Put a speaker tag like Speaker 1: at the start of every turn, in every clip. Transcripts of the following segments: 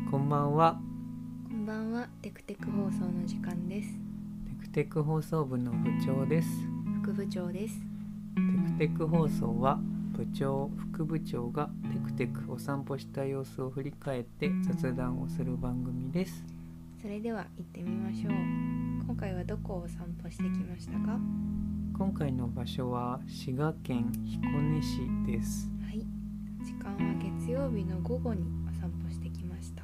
Speaker 1: は
Speaker 2: こんばんは、テクテク放送の時間です。
Speaker 1: テクテク放送部の部長です
Speaker 2: 副部長です。
Speaker 1: テクテク放送は部長副部長がテクテクお散歩した様子を振り返って雑談をする番組です
Speaker 2: それでは行ってみましょう。今回はどこをお散歩してきましたか。は
Speaker 1: 今回の場所は滋賀県彦根市です
Speaker 2: い。時間は月曜日の午後にお散歩してきました。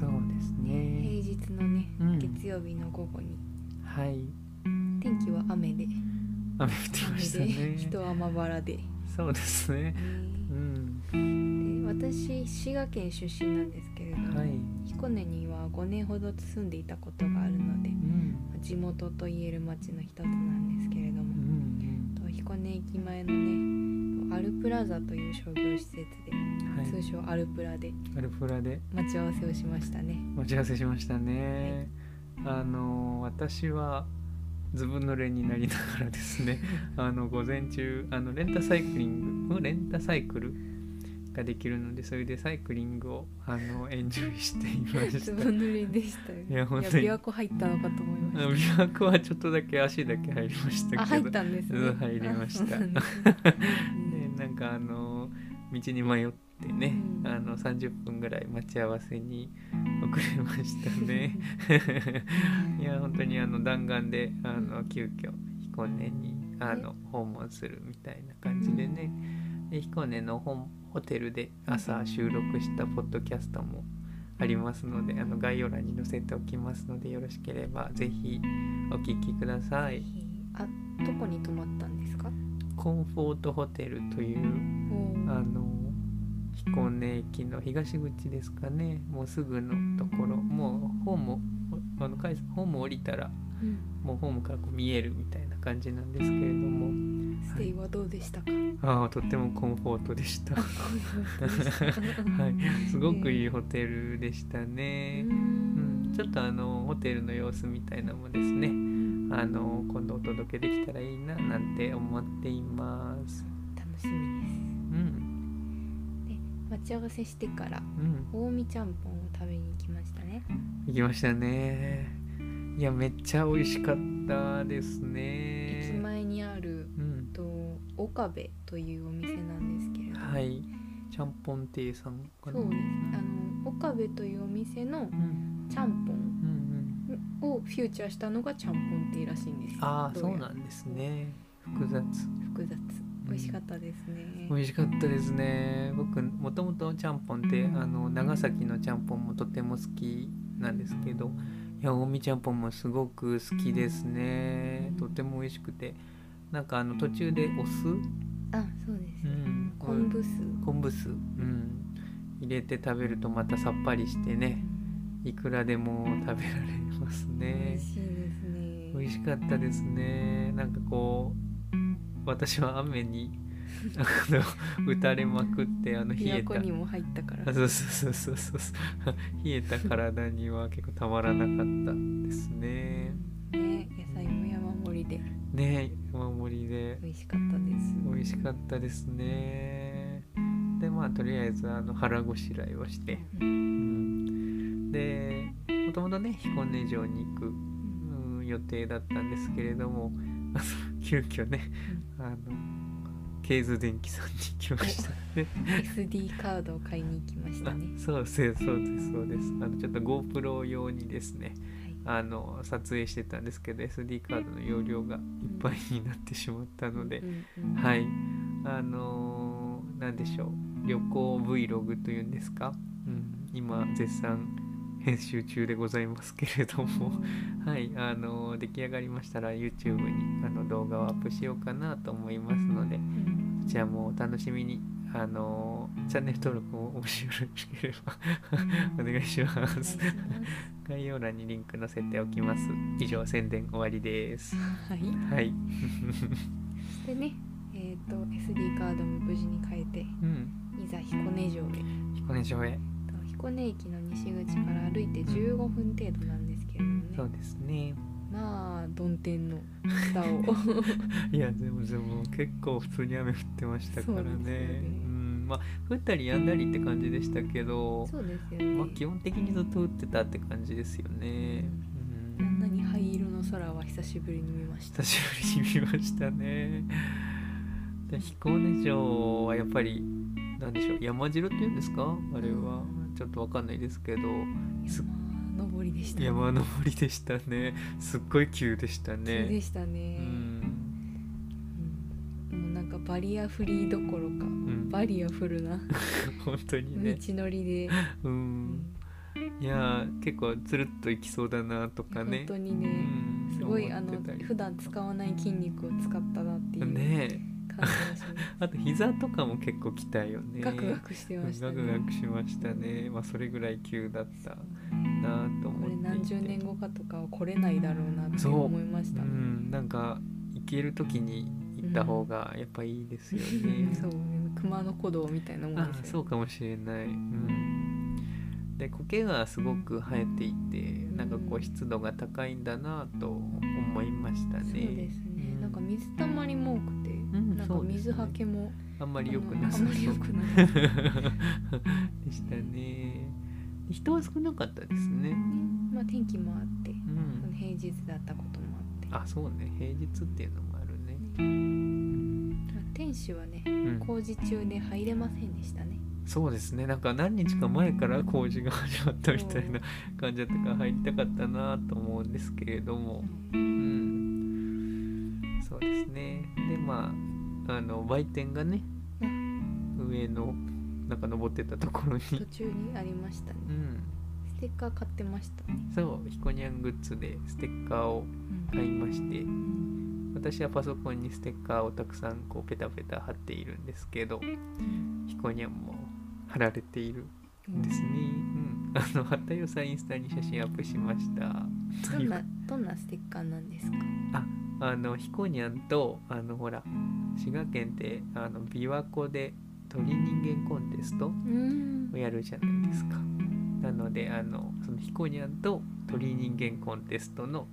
Speaker 1: そうですね
Speaker 2: 平日のね、
Speaker 1: うん
Speaker 2: 月曜日の午後に
Speaker 1: はい
Speaker 2: 天気は雨で、
Speaker 1: 雨降ってました
Speaker 2: 雨で 人
Speaker 1: ね
Speaker 2: はまばらで。
Speaker 1: そうですねうん
Speaker 2: で私滋賀県出身なんですけれども、
Speaker 1: はい
Speaker 2: 彦根には5年ほど住んでいたことがあるので
Speaker 1: うん
Speaker 2: 地元といえる町の一つなんですけれど
Speaker 1: う
Speaker 2: も、
Speaker 1: ん
Speaker 2: と彦根駅前のねアルプラザという商業施設で
Speaker 1: うんはい
Speaker 2: 通称アルプラで
Speaker 1: アルプラで
Speaker 2: 待ち合わせをしましたね
Speaker 1: 待ち合わせしましたね、あの私はずぶ濡れになりながらです ねあの午前中あのレンタサイクリングうんレンタサイクルができるのでそれでサイクリングをあのエンジョイしていまし
Speaker 2: ず
Speaker 1: た
Speaker 2: ぶ濡れでしたよ
Speaker 1: いや本当に
Speaker 2: 琵琶湖入ったのかと思い
Speaker 1: あ
Speaker 2: ま
Speaker 1: の
Speaker 2: し
Speaker 1: 琵琶湖はちょっとだけ足だけ入りましたけ
Speaker 2: た
Speaker 1: ど
Speaker 2: あ入ったんですね
Speaker 1: うん入りました
Speaker 2: あそうなんです
Speaker 1: ねなんかあの道に迷ってね、
Speaker 2: うん
Speaker 1: あの30分ぐらい待ち合わせに遅れましたね いや本当にあの弾丸であの急遽彦根にあの訪問するみたいな感じでね、で彦根の本ホテルで朝収録したポッドキャストもありますのであの概要欄に載せておきますのでよろしければぜひお聞きください。
Speaker 2: あどこに泊まったんですか
Speaker 1: コンフォートホテルというあの彦根駅の東口ですかねもうすぐのところもうホームをあの改札ホームを降りたら
Speaker 2: うん
Speaker 1: もうホームからこう見えるみたいな感じなんですけれども
Speaker 2: ステイはどうでしたか、
Speaker 1: ああとってもコンフォートで した、は
Speaker 2: どうでした か
Speaker 1: い、すごくいいホテルでしたね、うん、ちょっとあのホテルの様子みたいなのもですねあの今度お届けできたらいいななんて思っています
Speaker 2: 楽しみです
Speaker 1: うん
Speaker 2: 待ち合わせしてから
Speaker 1: うん
Speaker 2: 近江ちゃんぽんを食べに行きましたね
Speaker 1: 行きましたねいやめっちゃ美味しかったです
Speaker 2: 駅
Speaker 1: ね
Speaker 2: 前にある
Speaker 1: うん
Speaker 2: と岡部というお店なんですけれども、
Speaker 1: はいちゃんぽん亭さんか
Speaker 2: そう
Speaker 1: な
Speaker 2: ですあの岡部というお店の
Speaker 1: うん
Speaker 2: ちゃんぽ
Speaker 1: う
Speaker 2: ん
Speaker 1: んうん
Speaker 2: をフューチャーしたのがちゃんぽん亭らしいんですよ
Speaker 1: ああ
Speaker 2: ど
Speaker 1: そ
Speaker 2: や
Speaker 1: うなんですね複雑
Speaker 2: 複雑美味しかったですね、
Speaker 1: 美味しかったですね僕もともとちゃんぽんってあの長崎のちゃんぽんもとても好きなんですけどいや近江ちゃんぽんもすごく好きですねとても美味しくてなんかあの途中でお酢、う
Speaker 2: あそうです、
Speaker 1: ん、
Speaker 2: 昆布酢、
Speaker 1: 昆布酢、うん、入れて食べるとまたさっぱりしてねいくらでも食べられます
Speaker 2: 美
Speaker 1: ね
Speaker 2: 味しいですね
Speaker 1: 美味しかったですねなんかこう私は雨にあの打たれまくってあの冷
Speaker 2: 琵
Speaker 1: え
Speaker 2: 琶湖
Speaker 1: た
Speaker 2: にも入ったから
Speaker 1: あそうそうそうそうそう冷えた体には結構たまらなかったですね
Speaker 2: ね野菜も山盛りで
Speaker 1: ね山盛りで
Speaker 2: 美味しかったです
Speaker 1: 美味しかったですねでまあとりあえずあの腹ごしらえをして
Speaker 2: うん
Speaker 1: うんでもともとね彦根城に行く、うん予定だったんですけれども あの急遽ねあのケイズ電機さんに行きましたね
Speaker 2: SD カードを買いに行きました
Speaker 1: あ
Speaker 2: ね。
Speaker 1: そうですそうですそうですあのちょっと GoPro 用にですね
Speaker 2: は い、
Speaker 1: あの撮影してたんですけど SD カードの容量がいっぱいになってしまったので
Speaker 2: う、んうん
Speaker 1: はいあのーなんでしょう旅行 Vlog というんですか、うん、今絶賛編集中でございますけれど もはいあのー出来上がりましたら YouTube にあの動画をアップしようかなと思いますので
Speaker 2: うん
Speaker 1: こちらもお楽しみにあのーチャンネル登録ももしよろしけれ ばお願いしま
Speaker 2: お願い
Speaker 1: す
Speaker 2: します
Speaker 1: 概要欄にリンク載せておきます以上宣伝終わりです
Speaker 2: はい、
Speaker 1: はい
Speaker 2: そしてね、えっ、と SD カードも無事に変えて、い
Speaker 1: うん
Speaker 2: ざ彦根城へ。
Speaker 1: 彦根城へ
Speaker 2: と彦根駅の西口から歩いて15分程度なんですけれど
Speaker 1: そ
Speaker 2: も
Speaker 1: う
Speaker 2: ね、
Speaker 1: ですね
Speaker 2: まあ曇天の下を
Speaker 1: いやでもでも結構普通に雨降ってましたから
Speaker 2: そう
Speaker 1: ね
Speaker 2: ですよね
Speaker 1: うんうんまあ降ったりやんだりって感じでしたけど、
Speaker 2: そうですよ
Speaker 1: まあ、
Speaker 2: ね
Speaker 1: 基本的にずっと降ってたって感じですよね、う
Speaker 2: あ
Speaker 1: ん、
Speaker 2: んなに灰色の空は久しぶりに見ました
Speaker 1: 久しぶりに見ましたねで彦根城はやっぱりなんでしょう山城っていうんですかあれはちょっとわかんないですけどす
Speaker 2: 山登りでした
Speaker 1: 山登りでしたねすっごい急でした
Speaker 2: 急で
Speaker 1: ね
Speaker 2: したね
Speaker 1: う、ん
Speaker 2: うんもうなんかバリアフリーどころか
Speaker 1: うん
Speaker 2: バリアフルな
Speaker 1: 本当に
Speaker 2: 道
Speaker 1: ね
Speaker 2: のりで、
Speaker 1: う
Speaker 2: うんん
Speaker 1: いやー結構つるっといきそうだなとかね
Speaker 2: 本当にね、
Speaker 1: うん
Speaker 2: すごい
Speaker 1: 思
Speaker 2: あ
Speaker 1: っ
Speaker 2: の
Speaker 1: てたり
Speaker 2: 普段使わない筋肉を使ったなっていう感じ
Speaker 1: ねえ
Speaker 2: がし ます、
Speaker 1: あと膝とかも結構きたよね
Speaker 2: ガクガクしてました
Speaker 1: ガ
Speaker 2: ね
Speaker 1: クガクしましたね、まあ、それぐらい急だったなと思
Speaker 2: こ
Speaker 1: って
Speaker 2: れ
Speaker 1: いて
Speaker 2: 何十年後かとかは来れないだろうなって思いまし
Speaker 1: う
Speaker 2: た、
Speaker 1: んなんか行ける時に行った方がやっぱいいですよね、
Speaker 2: そうね熊野古道みたいなも
Speaker 1: あ
Speaker 2: んです
Speaker 1: そ
Speaker 2: よ
Speaker 1: うかもしれない、うん、で苔がすごく生えていてなんかこう湿度が高いんだなと思いました
Speaker 2: そうで
Speaker 1: ね
Speaker 2: すね、
Speaker 1: うん
Speaker 2: なんか水たまりも多くて、
Speaker 1: ん
Speaker 2: なんか
Speaker 1: そうです
Speaker 2: 水
Speaker 1: ね
Speaker 2: はけも
Speaker 1: あん
Speaker 2: あ
Speaker 1: ま
Speaker 2: の
Speaker 1: り良くなさそう
Speaker 2: あんまり良くない
Speaker 1: でしたね人は少なかったですね
Speaker 2: まあ天気もあって
Speaker 1: う
Speaker 2: その
Speaker 1: ん
Speaker 2: 平日だったこともあって、
Speaker 1: あそうね平日っていうのもあるね
Speaker 2: まあ天使はね
Speaker 1: うん
Speaker 2: 工事中で入れませんでしたね
Speaker 1: そうですねなんか何日か前から工事が始まったみたいな感じだったから入りたかったなと思うんですけれども、うん、そうですねでまああの売店がね
Speaker 2: う
Speaker 1: 上のなんか登ってったところに、
Speaker 2: 途中にありましたね
Speaker 1: うん、
Speaker 2: ステッカー買ってましたね、
Speaker 1: そうひこにゃんグッズでステッカーを
Speaker 2: うん
Speaker 1: 買いまして私はパソコンにステッカーをたくさんこうペタペタ貼っているんですけどひこにゃんも貼られているですね。うん、あのハッタヨさんインスタに写真アップしました。
Speaker 2: どんなどんなステッカーなんですか
Speaker 1: あのひこにゃんとあのほら滋賀県ってあの琵琶湖で鳥人間コンテスト
Speaker 2: うん
Speaker 1: をやるじゃないですか。なのであのそのひこにゃんと鳥人間コンテストの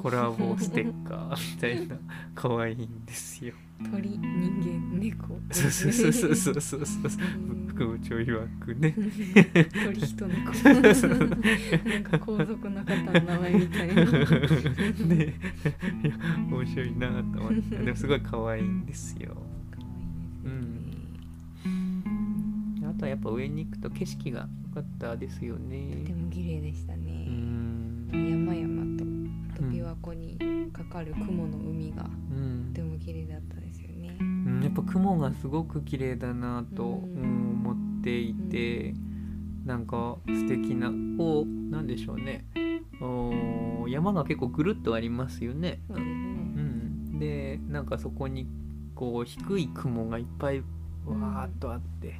Speaker 1: コラボステッカーみたいな可愛いんですよ。
Speaker 2: 鳥人間猫
Speaker 1: そうそうそうそうそうそうそう。
Speaker 2: ん
Speaker 1: 副部長曰くね。
Speaker 2: 鳥人猫なんか皇族の方の名前み たいな
Speaker 1: ねいや面白いなと思ってでもすごい可愛いんですよあとはやっぱ上に行くと景色が良かったですよ
Speaker 2: とて
Speaker 1: ね
Speaker 2: も綺麗でした
Speaker 1: うー
Speaker 2: ね、
Speaker 1: ん
Speaker 2: 山々とあと琵琶湖にかかる雲の海が
Speaker 1: うん
Speaker 2: とても綺麗だったですよね
Speaker 1: うんやっぱ雲がすごく綺麗だなと
Speaker 2: うん
Speaker 1: うん思っていてなんか素敵なこうなんでしょうねおー山が結構ぐるっとありますよね
Speaker 2: そうですね
Speaker 1: うん、でなんかそこにこう低い雲がいっぱいわーっとあって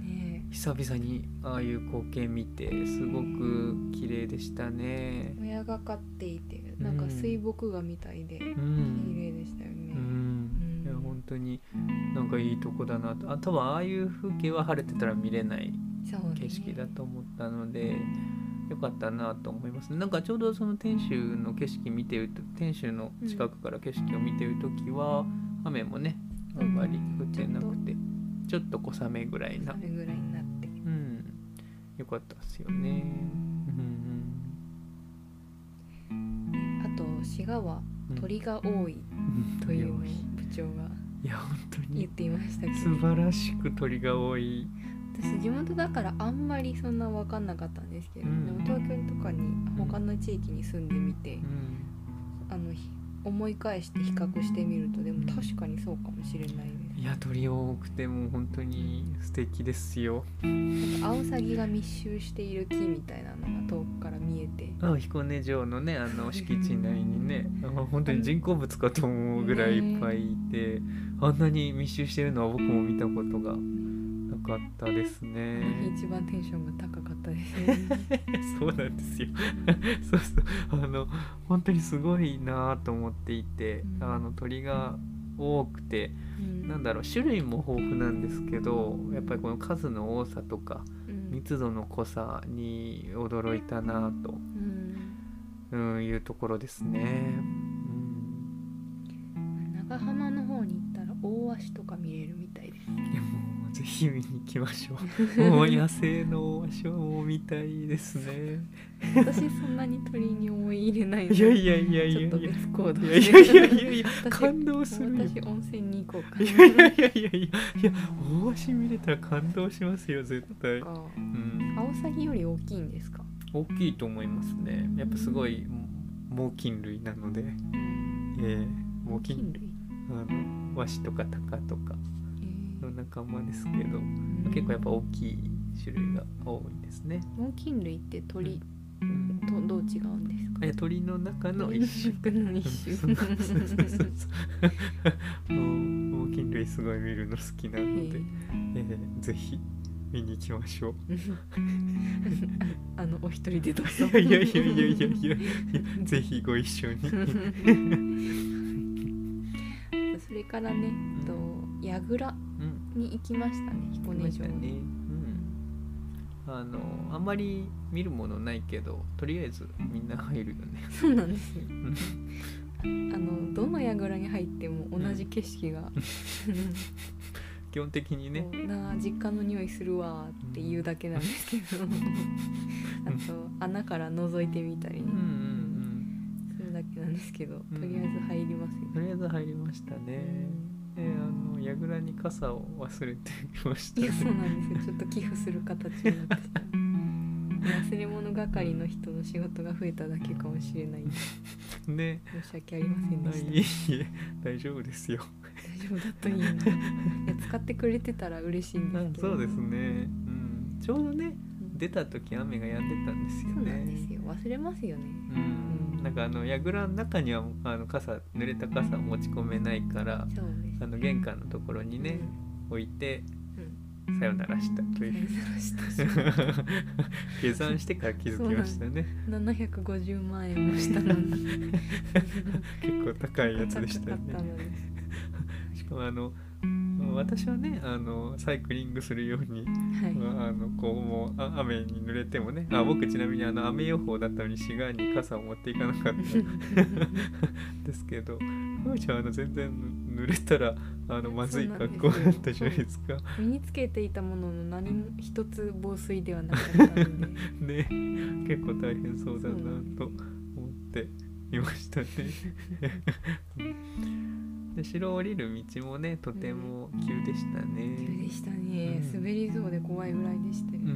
Speaker 2: ね
Speaker 1: 久々にああいう光景見てすごく綺麗でしたね
Speaker 2: え。親がかっていてなんか水墨画みたいで
Speaker 1: う
Speaker 2: 綺
Speaker 1: ん、
Speaker 2: 麗でしたよね、
Speaker 1: うん、いや本当になんかいいとこだなとあ多分ああいう風景は晴れてたら見れない
Speaker 2: そうね
Speaker 1: 景色だと思ったので良かったなと思いますなんかちょうどその天守の景色見てると天守の近くから景色を見てる時は、雨もねあんまり降ってなくて、ちょっと小雨ぐらいな
Speaker 2: 雨ぐらいになって
Speaker 1: うん良かったですよね
Speaker 2: あと滋賀は
Speaker 1: うん
Speaker 2: 鳥が多い
Speaker 1: うん
Speaker 2: という
Speaker 1: う
Speaker 2: のを
Speaker 1: んい
Speaker 2: 部長が
Speaker 1: や本当
Speaker 2: 言っ
Speaker 1: に
Speaker 2: ていましたけど
Speaker 1: 素晴らしく鳥が多い
Speaker 2: 私地元だからあんまりそんな分かんなかったんですけど、
Speaker 1: うん
Speaker 2: でも東京とかに
Speaker 1: うん
Speaker 2: 他の地域に住んでみて、
Speaker 1: うん
Speaker 2: あのひ思い返して比較してみるとで
Speaker 1: う
Speaker 2: も
Speaker 1: ん
Speaker 2: 確かにそうかもしれないです
Speaker 1: いや鳥多くてもう本当に素敵ですよ
Speaker 2: なんかアオサギが密集している木みたいなのが遠くから見えて
Speaker 1: あ彦根城のねあの敷地内にねあ本当に人工物かと思うぐらいいっぱいいてあんなに密集してるのは僕も見たことがなかったですね
Speaker 2: 一番テンションが高かったですね
Speaker 1: そうなんですよ そうそうあの本当にすごいなと思っていて
Speaker 2: うん
Speaker 1: あの鳥が多くて
Speaker 2: うん
Speaker 1: なんだろう種類も豊富なんですけどやっぱりこの数の多さとか
Speaker 2: うん
Speaker 1: 密度の濃さに驚いたなと
Speaker 2: うん
Speaker 1: うんいうところですね。うん
Speaker 2: 長浜の方に行ったら大鷲とか見れるみたいです
Speaker 1: いやもうぜひ見に行きまし ょうもう野生の場所を見たいですね
Speaker 2: 私そんなに鳥に思い入れないの
Speaker 1: いやいやいやいやい
Speaker 2: ちょっと
Speaker 1: や
Speaker 2: 別行動
Speaker 1: いやいやいやいやいや
Speaker 2: 私
Speaker 1: 感動するよ
Speaker 2: 私温泉に行こうか
Speaker 1: いやいやいやいやいやいや大足見れたら感動しますよ絶対、
Speaker 2: なんか
Speaker 1: うん、
Speaker 2: アオサギより大きいんですか
Speaker 1: 大きいと思いますねやっぱすごい猛禽類なのでええ猛禽類
Speaker 2: 類、
Speaker 1: あのワシとかタカとか
Speaker 2: え
Speaker 1: の仲間ですけど
Speaker 2: ー
Speaker 1: 結構やっぱ大きい種類が多いですね、
Speaker 2: 猛禽類って鳥
Speaker 1: うん、
Speaker 2: とどう違うんですか
Speaker 1: え鳥の中の一種
Speaker 2: 鳥の一種
Speaker 1: そうそうそうそうそうもう猛禽類すごい見るの好きな
Speaker 2: え
Speaker 1: ので、
Speaker 2: ー
Speaker 1: えーぜひ見に行きましょう。
Speaker 2: あのお一人でどう
Speaker 1: い
Speaker 2: ぞ。
Speaker 1: やいやいやいやいやいや、ぜひご一緒に。
Speaker 2: それからね、えっと櫓
Speaker 1: うん、
Speaker 2: に行きましたね彦根城
Speaker 1: ね。
Speaker 2: に。
Speaker 1: うん。あのあんまり見るものないけど、とりあえずみんな入るよね。
Speaker 2: そうなんですね。あのどの櫓に入っても同じ景色 が、
Speaker 1: 基本的にね
Speaker 2: こ。うなあ実家の匂いするわーって言うだけなんですけど、あと穴から覗いてみたり
Speaker 1: うんうん
Speaker 2: するだけなんですけど、
Speaker 1: うん
Speaker 2: とりあえず入りますよ
Speaker 1: うん。。とりあえず入りましたね。で、あの櫓に傘を忘れてきまし
Speaker 2: い
Speaker 1: た
Speaker 2: やそう
Speaker 1: ね。
Speaker 2: なんですよちょっと寄付する形になってしまう忘れ物係の人の仕事が増えただけかもしれない
Speaker 1: ね、
Speaker 2: 申し訳ありませんでした
Speaker 1: いえいえ大丈夫ですよ。
Speaker 2: 大丈夫だといいないや使ってくれてたら嬉しいんですけど
Speaker 1: そうですね。うん、ちょうどね
Speaker 2: うん
Speaker 1: 出た時雨が止んでたんですよ
Speaker 2: そう
Speaker 1: ね。
Speaker 2: なんですよ忘れますよね
Speaker 1: うんなんかあの櫓の中にはあの傘濡れた傘持ち込めないから
Speaker 2: そうです
Speaker 1: あの玄関のところにね置いて
Speaker 2: うん
Speaker 1: さよならしたと
Speaker 2: さ
Speaker 1: い
Speaker 2: よ
Speaker 1: う
Speaker 2: ならしたし
Speaker 1: 下山してから気づきましたね
Speaker 2: 750万円もしたのに
Speaker 1: 結構高いや つでしたよ
Speaker 2: 高かった
Speaker 1: ね
Speaker 2: のです
Speaker 1: しかもあの私はねあのサイクリングするように
Speaker 2: はい
Speaker 1: あのこうもうあ雨に濡れてもねあ僕ちなみにあの雨予報だったのに志願に傘を持っていかなかった ですけどふうちゃんはあの全然濡れたらあのまずい格好だったじゃないですか。
Speaker 2: 身につけていたものの何も一つ防水ではなかったので
Speaker 1: ね結構大変そうだなと思っていました ね。で城を降りる道もねとても急でした
Speaker 2: 急
Speaker 1: ね
Speaker 2: で。したね、
Speaker 1: うん
Speaker 2: 滑りそうで怖いぐらいでしたよ
Speaker 1: うんう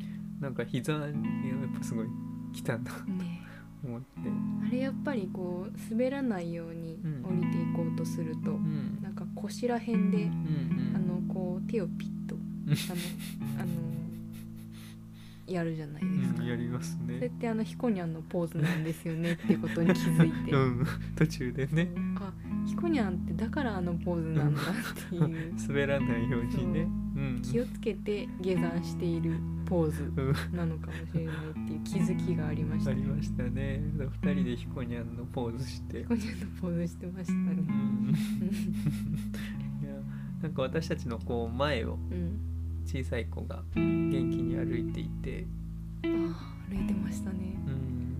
Speaker 2: ね、
Speaker 1: ん、なんか膝がやっぱすごい来たなと思って。
Speaker 2: あれやっぱりこう滑らないように
Speaker 1: うん
Speaker 2: 降りていこうとすると、
Speaker 1: うん
Speaker 2: なんか腰ら辺で、
Speaker 1: うんうん
Speaker 2: あのこう手をピッとあのあのやるじゃないですか、
Speaker 1: うん、やります
Speaker 2: それっ
Speaker 1: ね。
Speaker 2: てあのひこにゃんのポーズなんですよねってことに気づい て、
Speaker 1: うん、途中でね
Speaker 2: あひこにゃんってだからあのポーズなんだっていう
Speaker 1: 滑らないようにね。うん、
Speaker 2: 気をつけて下山しているポーズ
Speaker 1: うん、
Speaker 2: なのかもしれないっていう気づきがありました
Speaker 1: あ
Speaker 2: ね
Speaker 1: りましたね。二人でひこにゃんのポーズして
Speaker 2: ひ。こにゃんのポーズしてました
Speaker 1: う
Speaker 2: ね。
Speaker 1: ん、 いやなんか私たちのこう前を
Speaker 2: うん。
Speaker 1: 小さい子が元気に歩いていて、
Speaker 2: ああ、歩いてましたね。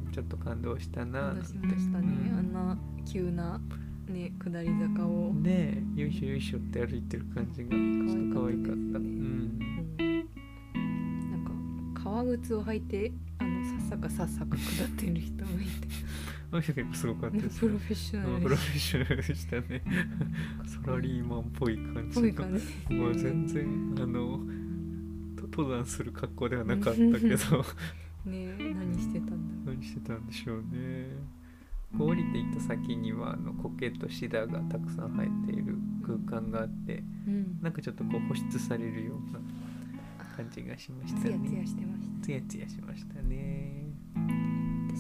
Speaker 1: うん、ちょっと感動したななんて
Speaker 2: 話しましたね。
Speaker 1: うん
Speaker 2: あんな急なね下り坂を。
Speaker 1: ねえよいしょよいしょって歩いてる感じがちょっと可愛かった。
Speaker 2: 可愛かったですね
Speaker 1: うん
Speaker 2: うんなんか革靴を履いてあのさっさかさっさか下ってる人もいて、
Speaker 1: あの人結構すごかった
Speaker 2: ね
Speaker 1: で、す
Speaker 2: プ
Speaker 1: ね
Speaker 2: ロフェッショ
Speaker 1: う
Speaker 2: ナ
Speaker 1: んプロ
Speaker 2: ルで
Speaker 1: フェッショナルでした ね。サラリーマンっぽい感じ
Speaker 2: すご
Speaker 1: の
Speaker 2: い感じ。
Speaker 1: もう全然あのと登山する格好ではなか ったけど
Speaker 2: ね何してたんだ
Speaker 1: 何してたんでしょうねこう降りていった先にはあの苔とシダがたくさん生えている空間があって
Speaker 2: ろう。うん。
Speaker 1: なんかちょっとこう保湿されるような感じがしました
Speaker 2: つやつ
Speaker 1: ね
Speaker 2: やしてました。
Speaker 1: ツヤツヤしましたね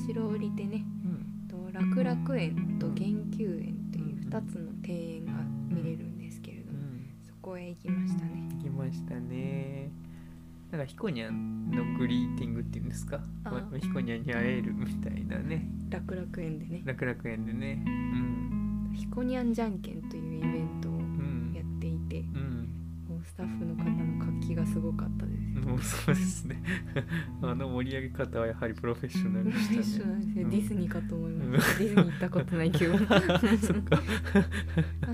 Speaker 2: 白降りてね。
Speaker 1: うん
Speaker 2: と楽楽園と研究園という2つの庭園が見れるんですけれど
Speaker 1: う
Speaker 2: も
Speaker 1: ん
Speaker 2: そこへ行きましたね
Speaker 1: 行きましたねなんかひこにゃんのグリーティングっていうんですか
Speaker 2: あ
Speaker 1: わひこにゃんに会えるみたいなね
Speaker 2: 楽楽園でね
Speaker 1: 楽々園でねうん
Speaker 2: ひこにゃんじゃんけんというイベントを
Speaker 1: うん
Speaker 2: やっていて
Speaker 1: うん
Speaker 2: もうスタッフの方の活気がすごかったです
Speaker 1: もうそうですね あの盛り上げ方はやはりプロフェッショナ
Speaker 2: プ
Speaker 1: ル
Speaker 2: ロ
Speaker 1: で
Speaker 2: フェッ
Speaker 1: し
Speaker 2: シ
Speaker 1: た
Speaker 2: ョナ
Speaker 1: ね
Speaker 2: ルですね
Speaker 1: うん
Speaker 2: ディズニーかと思いましたディズニー行ったことない けどあ
Speaker 1: そっか、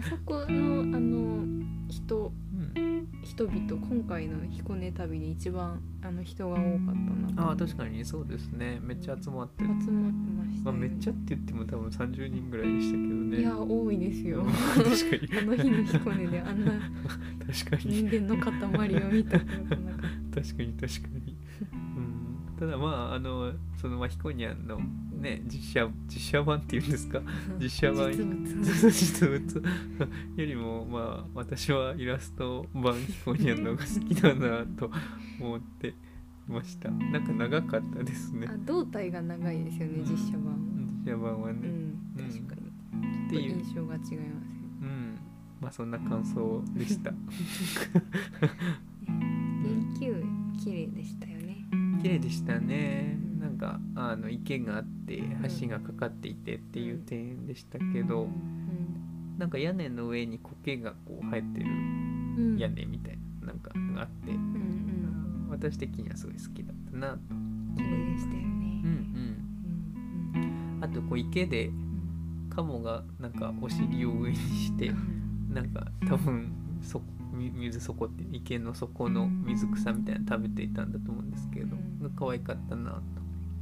Speaker 2: そこのあの人
Speaker 1: うん、
Speaker 2: 一人々今回の彦根旅で一番あの人が多かったな
Speaker 1: ああ確かにそうですねめっちゃ集まって
Speaker 2: 集
Speaker 1: る、
Speaker 2: まってまし
Speaker 1: ま
Speaker 2: た
Speaker 1: あ、
Speaker 2: よね、
Speaker 1: めっちゃって言っても多分30人ぐらいでしたけどね
Speaker 2: いや多いですよ
Speaker 1: 確かに
Speaker 2: あの日の彦根であんな
Speaker 1: 確かに
Speaker 2: 人間の塊を見たことなかっ
Speaker 1: 確かに確かに、うん、ただまああのそのまあヒコニャンのね実写実写版っていうんですか
Speaker 2: た
Speaker 1: 実写版
Speaker 2: 実 物
Speaker 1: 実物よりもまあ私はイラスト版ヒコニャンの方が好きだなと思ってましたなんか長かったですね
Speaker 2: あ胴体が長いですよね実写版は
Speaker 1: 実写版は
Speaker 2: う
Speaker 1: ね、う
Speaker 2: ん
Speaker 1: ん
Speaker 2: 確かに
Speaker 1: って
Speaker 2: ちょっと
Speaker 1: いう
Speaker 2: 印象が違いますね
Speaker 1: うんまあそんな感想でした
Speaker 2: 連休綺麗でしたよね
Speaker 1: 綺麗でしたねなんかあの池があって橋がかかっていてっていう点でしたけど、
Speaker 2: うん
Speaker 1: なんか屋根の上に苔がこう生えてる
Speaker 2: うん
Speaker 1: 屋根みたいななんかがあって、
Speaker 2: うんうん
Speaker 1: 私的にはすごい好きだったなと、
Speaker 2: 綺麗でしたよ
Speaker 1: う
Speaker 2: ね
Speaker 1: んうん、
Speaker 2: うん
Speaker 1: あとこう池で
Speaker 2: うん
Speaker 1: カモがなんかお尻を上に してなんか多分そみ水底って池の底の水草みたいなの食べていたんだと思うんですけれど
Speaker 2: うん
Speaker 1: 可愛かった な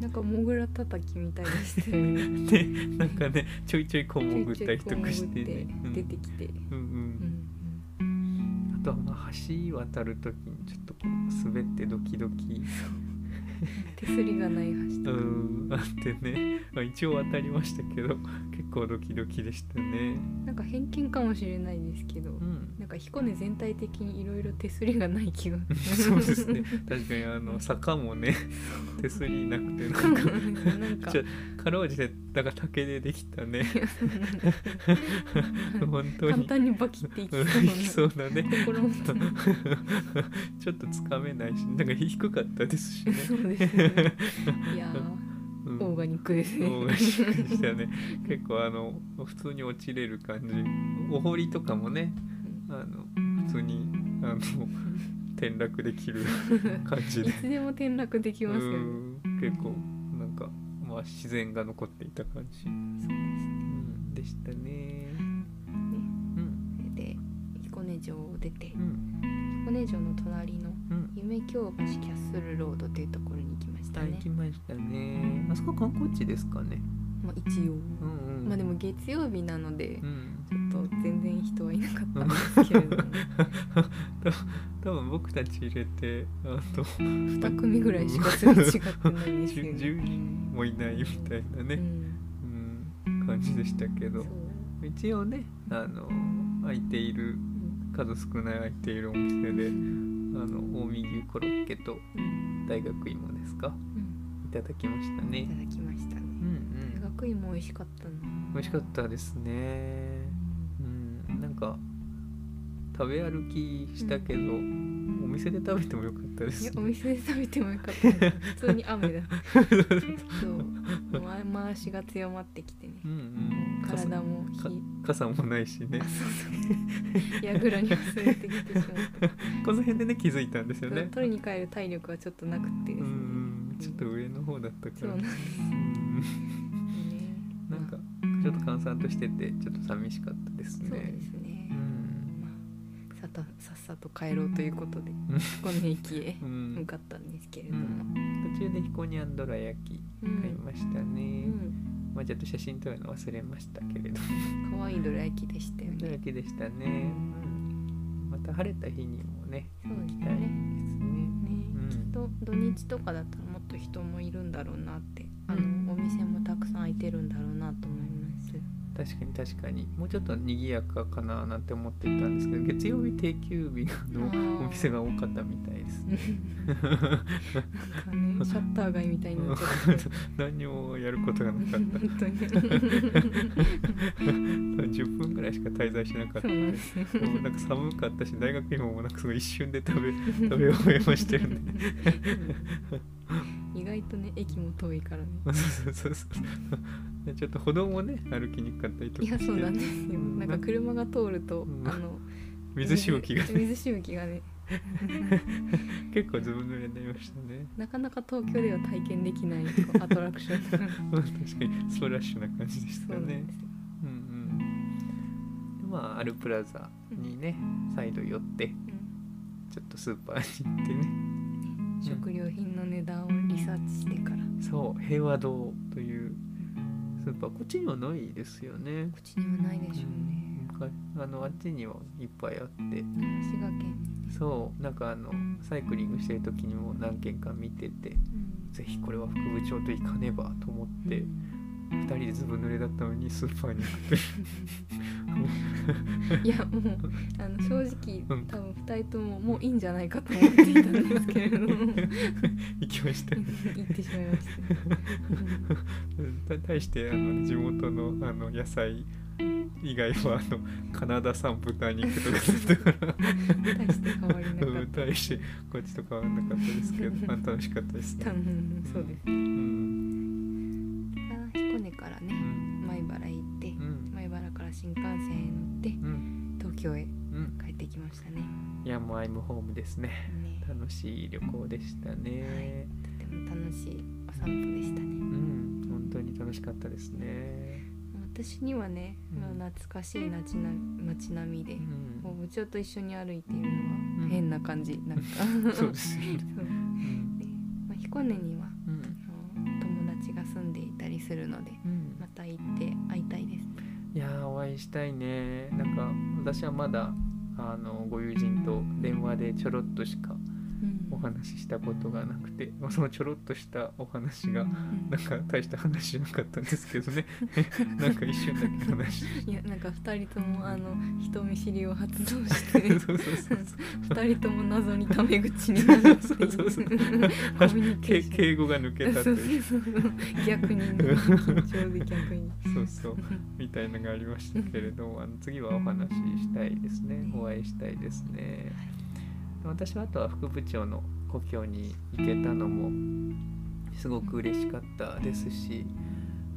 Speaker 2: なんかモグラ叩きみたいでしたよ
Speaker 1: と
Speaker 2: ね
Speaker 1: でなんかねちょいちょいこう 潜ったりとかして
Speaker 2: ちょい
Speaker 1: ね
Speaker 2: ちょいこ
Speaker 1: う
Speaker 2: う潜
Speaker 1: ん
Speaker 2: って出てきて
Speaker 1: うんうん
Speaker 2: うん
Speaker 1: あとはまあ橋渡る時にちょっとこう滑ってドキドキ
Speaker 2: 手すりがない橋
Speaker 1: う
Speaker 2: とか
Speaker 1: んあってね、まあ、一応当たりましたけど結構ドキドキでしたね
Speaker 2: なんか偏見かもしれないですけど
Speaker 1: うん
Speaker 2: なんか彦根全体的にいろいろ手すりがない気が
Speaker 1: そうですね確かにあの坂もね手すりなくて
Speaker 2: な
Speaker 1: なんん
Speaker 2: か
Speaker 1: か
Speaker 2: なんか
Speaker 1: ちょかろうじてなんか竹でできたね本当
Speaker 2: 簡
Speaker 1: に
Speaker 2: 単にバキっていきそううんな
Speaker 1: できそうだね
Speaker 2: 心もとも
Speaker 1: ちょっとつかめないしなんか低かったですしね、
Speaker 2: そうですねいや
Speaker 1: う
Speaker 2: ーオー
Speaker 1: ん
Speaker 2: ガニックですね
Speaker 1: 大がしくでしたね結構あの普通に落ちれる感じお堀とかもねあの普通にあの転落できる感じで
Speaker 2: いつでも転落でき
Speaker 1: う
Speaker 2: ますよね
Speaker 1: ん結構なんか、まあ、自然が残っていた感じ、
Speaker 2: そうです
Speaker 1: うん、でしたね。うん
Speaker 2: ねで彦根城を出て
Speaker 1: うん
Speaker 2: 彦根城の隣の
Speaker 1: うん
Speaker 2: 夢京橋キャッスルロードというところに行きました
Speaker 1: あ行
Speaker 2: ね
Speaker 1: きましたね。あそこ観光地ですかね。
Speaker 2: まあ一応
Speaker 1: うんうん。
Speaker 2: まあでも月曜日なので
Speaker 1: うん。
Speaker 2: ちょっと全然人はいなかったんですけれども
Speaker 1: 多分僕たち入れてあと
Speaker 2: 2組ぐらいしかすれ違ってないんですよ
Speaker 1: 10
Speaker 2: ね
Speaker 1: 10人もいないみたいな
Speaker 2: う
Speaker 1: ね、
Speaker 2: ん
Speaker 1: うん感じでしたけ
Speaker 2: そ
Speaker 1: ど
Speaker 2: う、
Speaker 1: 一応ねあの空いている
Speaker 2: うん
Speaker 1: 数少ない空いているお店であの近江牛コロッケと
Speaker 2: うん
Speaker 1: 大学芋ですか
Speaker 2: うん
Speaker 1: いただきました
Speaker 2: い
Speaker 1: ね
Speaker 2: ただきましたね
Speaker 1: うんう
Speaker 2: 大
Speaker 1: ん
Speaker 2: 学院も美味しかったな
Speaker 1: 美味しかったですねうんなんか食べ歩きしたけど、お店で食べてもよかったで
Speaker 2: いや
Speaker 1: す
Speaker 2: お
Speaker 1: ね
Speaker 2: 店で食べてもよかったな普通に雨だそうもう回しが強まってきてね
Speaker 1: うんうん傘
Speaker 2: 体も
Speaker 1: か
Speaker 2: 火
Speaker 1: 傘もないしね
Speaker 2: あそうそう。やぐらに忘れてきてしまっ
Speaker 1: この辺でね気づいたんですよ
Speaker 2: た。
Speaker 1: ね
Speaker 2: 取りに帰る体力はちょっとなくてで
Speaker 1: う
Speaker 2: すね。
Speaker 1: んちょっと上の方だったか
Speaker 2: そう
Speaker 1: ら
Speaker 2: なんですね。
Speaker 1: うんなんかちょっと閑散としててちょっと寂しかったです
Speaker 2: そうで
Speaker 1: ね。
Speaker 2: すね
Speaker 1: う。ん
Speaker 2: まあさたさっさと帰ろうということで彦根駅へ
Speaker 1: う
Speaker 2: 向
Speaker 1: ん、
Speaker 2: かったんですけれ
Speaker 1: う
Speaker 2: ども。
Speaker 1: ん途中でひこにゃんどら焼き
Speaker 2: う
Speaker 1: 買い
Speaker 2: ん。
Speaker 1: ました
Speaker 2: う
Speaker 1: ね、
Speaker 2: ん
Speaker 1: まあちょっと写真撮るの忘れましたけれど
Speaker 2: 可愛いどら焼きでしたよ
Speaker 1: どら
Speaker 2: ね。
Speaker 1: 焼きでしたね、うん、また晴れた日にもね
Speaker 2: そうです
Speaker 1: 行きたいですね
Speaker 2: ね。
Speaker 1: うん
Speaker 2: ね、きっと土日とかだったらもっと人もいるんだろうなって、あ
Speaker 1: うん
Speaker 2: のお店もたくさん開いてるんだろうなと思います。
Speaker 1: 確かに確かにもうちょっと賑やかかななんて思っていたんですけど月曜日定休日
Speaker 2: あ
Speaker 1: の
Speaker 2: ー
Speaker 1: お店が多かったみたいですね
Speaker 2: なんか ね、シャッター街みたいになっちゃって
Speaker 1: 何もやることがなかった
Speaker 2: 本当に
Speaker 1: 10分ぐらいしか滞在しなかった
Speaker 2: そうなんですよ
Speaker 1: もうなんか寒かったし大学芋もなんかすごい一瞬で食 べ食べ終えましたよね
Speaker 2: 意外とね駅も遠いからね
Speaker 1: そうそうそうそうでちょっと歩道もね歩きにくかったりとか
Speaker 2: いや
Speaker 1: して
Speaker 2: そうなんですよなんか車が通ると、
Speaker 1: うん
Speaker 2: あの
Speaker 1: 水しぶきがね
Speaker 2: 水しぶきがね
Speaker 1: 結構ずぶ濡れになりましたね
Speaker 2: なかなか東京では体験できないこうアトラクションだから
Speaker 1: まあ 確かにスプラッシュな感じでし
Speaker 2: そう
Speaker 1: た
Speaker 2: なんで
Speaker 1: ね
Speaker 2: すよ
Speaker 1: うんうんでまあアルプラザにね再度寄って
Speaker 2: うん
Speaker 1: ちょっとスーパーに行ってね
Speaker 2: 食料品の値段をリサーチしてからこ
Speaker 1: そう平和堂というスーパーこっちにはないですよね
Speaker 2: っちにはないでしょうね
Speaker 1: 昔あのあっちにはいっぱいあって
Speaker 2: 滋賀県にね
Speaker 1: そうなんかあのサイクリングしてる時にも何軒か見てて
Speaker 2: うん
Speaker 1: ぜひこれは副部長と行かねばと思って、
Speaker 2: うん
Speaker 1: 2人でずぶ濡れだったのにスーパーに行く
Speaker 2: いや もうあの正直
Speaker 1: うん
Speaker 2: 多分2人とももういいんじゃないかと思っていたんですけれども 行
Speaker 1: 行きましたよね
Speaker 2: ってしまいました
Speaker 1: た対してあの地元のあの野菜以外はあのカナダ産豚肉とかだったから
Speaker 2: 大して変わりなか
Speaker 1: う
Speaker 2: っ
Speaker 1: ん対してこっちと変わらなかったですけどあ楽しかったです
Speaker 2: た、う
Speaker 1: ね。
Speaker 2: ん、そうです
Speaker 1: うん
Speaker 2: あ彦根から
Speaker 1: う
Speaker 2: ね
Speaker 1: ん
Speaker 2: 米原へ行って
Speaker 1: うん
Speaker 2: 米原から新幹線へ乗って
Speaker 1: うん
Speaker 2: 東京へ
Speaker 1: うん
Speaker 2: 帰ってきましたね
Speaker 1: いやもうアイムホームですね。
Speaker 2: ね
Speaker 1: 楽しい旅行でしたね。
Speaker 2: とても楽しいお散歩でし
Speaker 1: う
Speaker 2: たね
Speaker 1: ん本当に楽しかったですね。
Speaker 2: 私にはね、
Speaker 1: うん
Speaker 2: まあ懐かしい街な街並みで、
Speaker 1: うん
Speaker 2: もう部長と一緒に歩いているの
Speaker 1: うん
Speaker 2: は変な感じ、なんか
Speaker 1: そうですよね。
Speaker 2: そう
Speaker 1: うん
Speaker 2: で、まあ、彦根には
Speaker 1: うん
Speaker 2: あの友達が住んでいたりするので
Speaker 1: うん
Speaker 2: また行って会いたいです
Speaker 1: いやーお会いしたいねなんか私はまだあのご友人と電話でちょろっとしか
Speaker 2: うん
Speaker 1: お話ししたことがなくてまあそのちょろっとしたお話が
Speaker 2: うん
Speaker 1: なんか大した話じゃなかったんですけど ねなんか一瞬だけ話し
Speaker 2: いやなんか二人ともあの人見知りを発動して
Speaker 1: て そうそうそう
Speaker 2: 二人とも謎にタメ口になるって
Speaker 1: そ
Speaker 2: いう
Speaker 1: そうそう
Speaker 2: うコミュニケー
Speaker 1: け
Speaker 2: ション
Speaker 1: 敬語が抜けたと
Speaker 2: そう
Speaker 1: いう
Speaker 2: そうそう逆にね緊張で逆に
Speaker 1: そう そうみたいのがありましたけれどもあの次はお話ししたいですねお会いしたいです ね私はあとは副部長の故郷に行けたのもすごく嬉しかったですし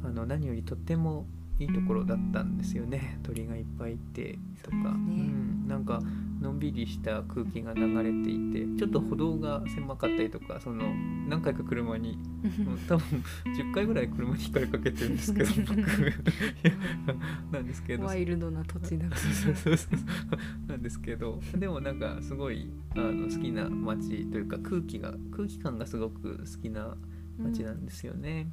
Speaker 1: あの何よりとってもいいところだったんですよね鳥がいっぱいいてとかう、
Speaker 2: そうですね
Speaker 1: ん、なんかのんびりした空気が流れていてちょっと歩道が狭かったりとかその何回か車にもう多分10回ぐらい車に光かけてるんですけど僕いやなんですけど
Speaker 2: ワイルドな土地だから
Speaker 1: そうそうそうそうなんですけどでもなんかすごいあの好きな街というか空気が空気感がすごく好きな街なんですよね、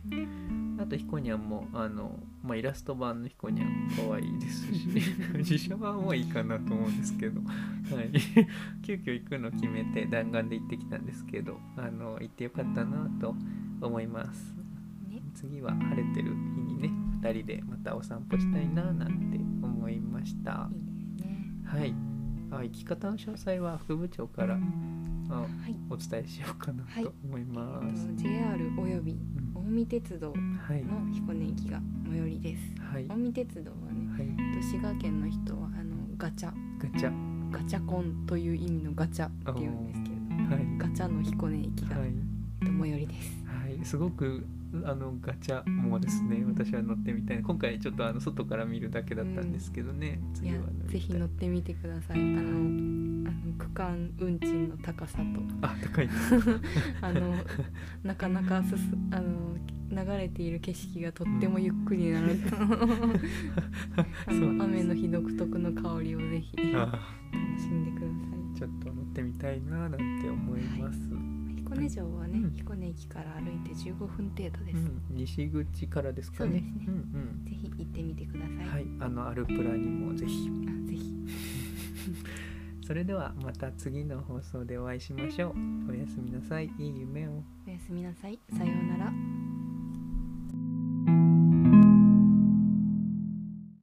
Speaker 1: あとひこにゃんもあの、まあ、イラスト版のひこにゃん可愛いですし 自社版はいいかなと思うんですけど、はい、 急遽行くの決めて弾丸で行ってきたんですけどあの行ってよかったなと思います
Speaker 2: ね
Speaker 1: 次は晴れてる日にね2人でまたお散歩したいななんて思いました
Speaker 2: いいですね
Speaker 1: はいあ生き方の詳細は副部長からあ
Speaker 2: はい
Speaker 1: お伝えしようかな
Speaker 2: はい
Speaker 1: と思いま
Speaker 2: えっ
Speaker 1: す、
Speaker 2: と JR および
Speaker 1: うん
Speaker 2: 近江鉄道の
Speaker 1: はい
Speaker 2: 彦根駅が最寄りです
Speaker 1: はいは
Speaker 2: 近江鉄道はね
Speaker 1: い
Speaker 2: えっと滋賀県の人はあのガチャ
Speaker 1: ガチャ
Speaker 2: ガチャコンという意味のガチャっていうんですけれど
Speaker 1: はい
Speaker 2: ガチャの彦根駅が、
Speaker 1: は
Speaker 2: え
Speaker 1: い
Speaker 2: っと最寄りです
Speaker 1: はい、すごくあのガチャもですね私は乗ってみたい今回ちょっとあの外から見るだけだったんですけどね、
Speaker 2: い
Speaker 1: 次
Speaker 2: や
Speaker 1: は乗りたい
Speaker 2: ぜひ乗ってみてくださいあのあの区間運賃の高さと
Speaker 1: あ高いです
Speaker 2: あのなかなかすすあの流れている景色がとってもゆっくりな のとあ
Speaker 1: そうなんです
Speaker 2: の雨の日独特の香りをぜひ楽
Speaker 1: あ
Speaker 2: しんでく
Speaker 1: ち
Speaker 2: ださい
Speaker 1: ょっと乗ってみたいななんて思います、
Speaker 2: 彦根城はね、
Speaker 1: うん
Speaker 2: 彦根駅から歩いて15分程度で
Speaker 1: う
Speaker 2: す、
Speaker 1: ん、西口からですか
Speaker 2: そう
Speaker 1: ね。
Speaker 2: ですね
Speaker 1: ん
Speaker 2: ぜひ行ってみてくださ
Speaker 1: う
Speaker 2: い、
Speaker 1: ん、はい、あのアルプラにもぜひ。
Speaker 2: あぜひ
Speaker 1: それではまた次の放送でお会いしましょう。おやすみなさい。いい夢を。
Speaker 2: おやすみなさいさようなら